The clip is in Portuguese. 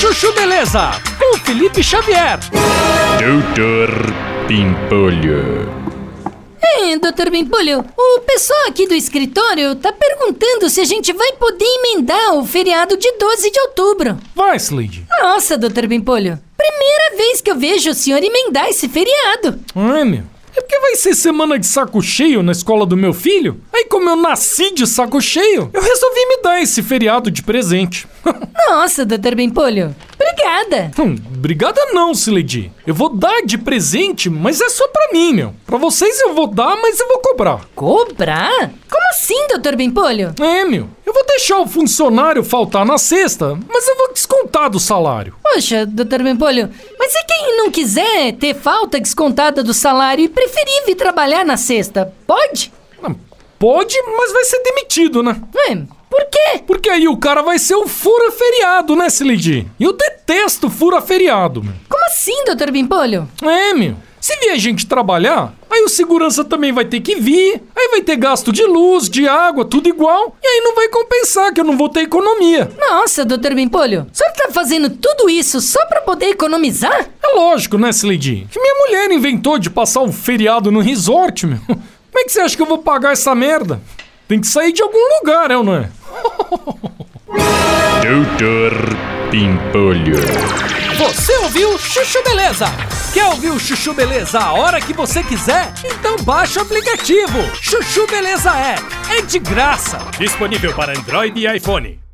Chuchu Beleza, com Felipe Xavier. Doutor Pimpolho. É, doutor Bimpolho, o pessoal aqui do escritório tá perguntando se a gente vai poder emendar o feriado de 12 de outubro. Vai, Slind. Nossa, doutor Bimpolho, primeira vez que eu vejo o senhor emendar esse feriado. É, meu. É porque vai ser semana de saco cheio na escola do meu filho? Aí, como eu nasci de saco cheio, eu resolvi me dar esse feriado de presente. Nossa, doutor Bimpolho, obrigada. Hum, Obrigada não, Sileidi. Eu vou dar de presente, mas é só pra mim, meu. Pra vocês eu vou dar, mas eu vou cobrar. Cobrar? Como assim, doutor Bimpolho? É, meu. Eu vou deixar o funcionário faltar na sexta, mas eu vou descontar do salário. Poxa, doutor Bimpolho, mas e quem não quiser ter falta descontada do salário e preferir vir trabalhar na sexta? Pode? Ah, Pode, mas vai ser demitido, né? Ué, por quê? Porque aí o cara vai ser um fura feriado, né, Sileidi? E eu detesto fura feriado, meu. Como assim, doutor Bimpolho? É, meu. Se vier gente trabalhar, aí o segurança também vai ter que vir, aí vai ter gasto de luz, de água, tudo igual, e aí não vai compensar que eu não vou ter economia. Nossa, doutor Bimpolho, o senhor tá fazendo tudo isso só pra poder economizar? É lógico, né, Sileidi? Que minha mulher inventou de passar um feriado no resort, meu. Como é que você acha que eu vou pagar essa merda? Tem que sair de algum lugar, é ou não é? Doutor Pimpolho. Você ouviu Chuchu Beleza? Quer ouvir o Chuchu Beleza a hora que você quiser? Então baixa o aplicativo Chuchu Beleza App. É de graça. Disponível para Android e iPhone.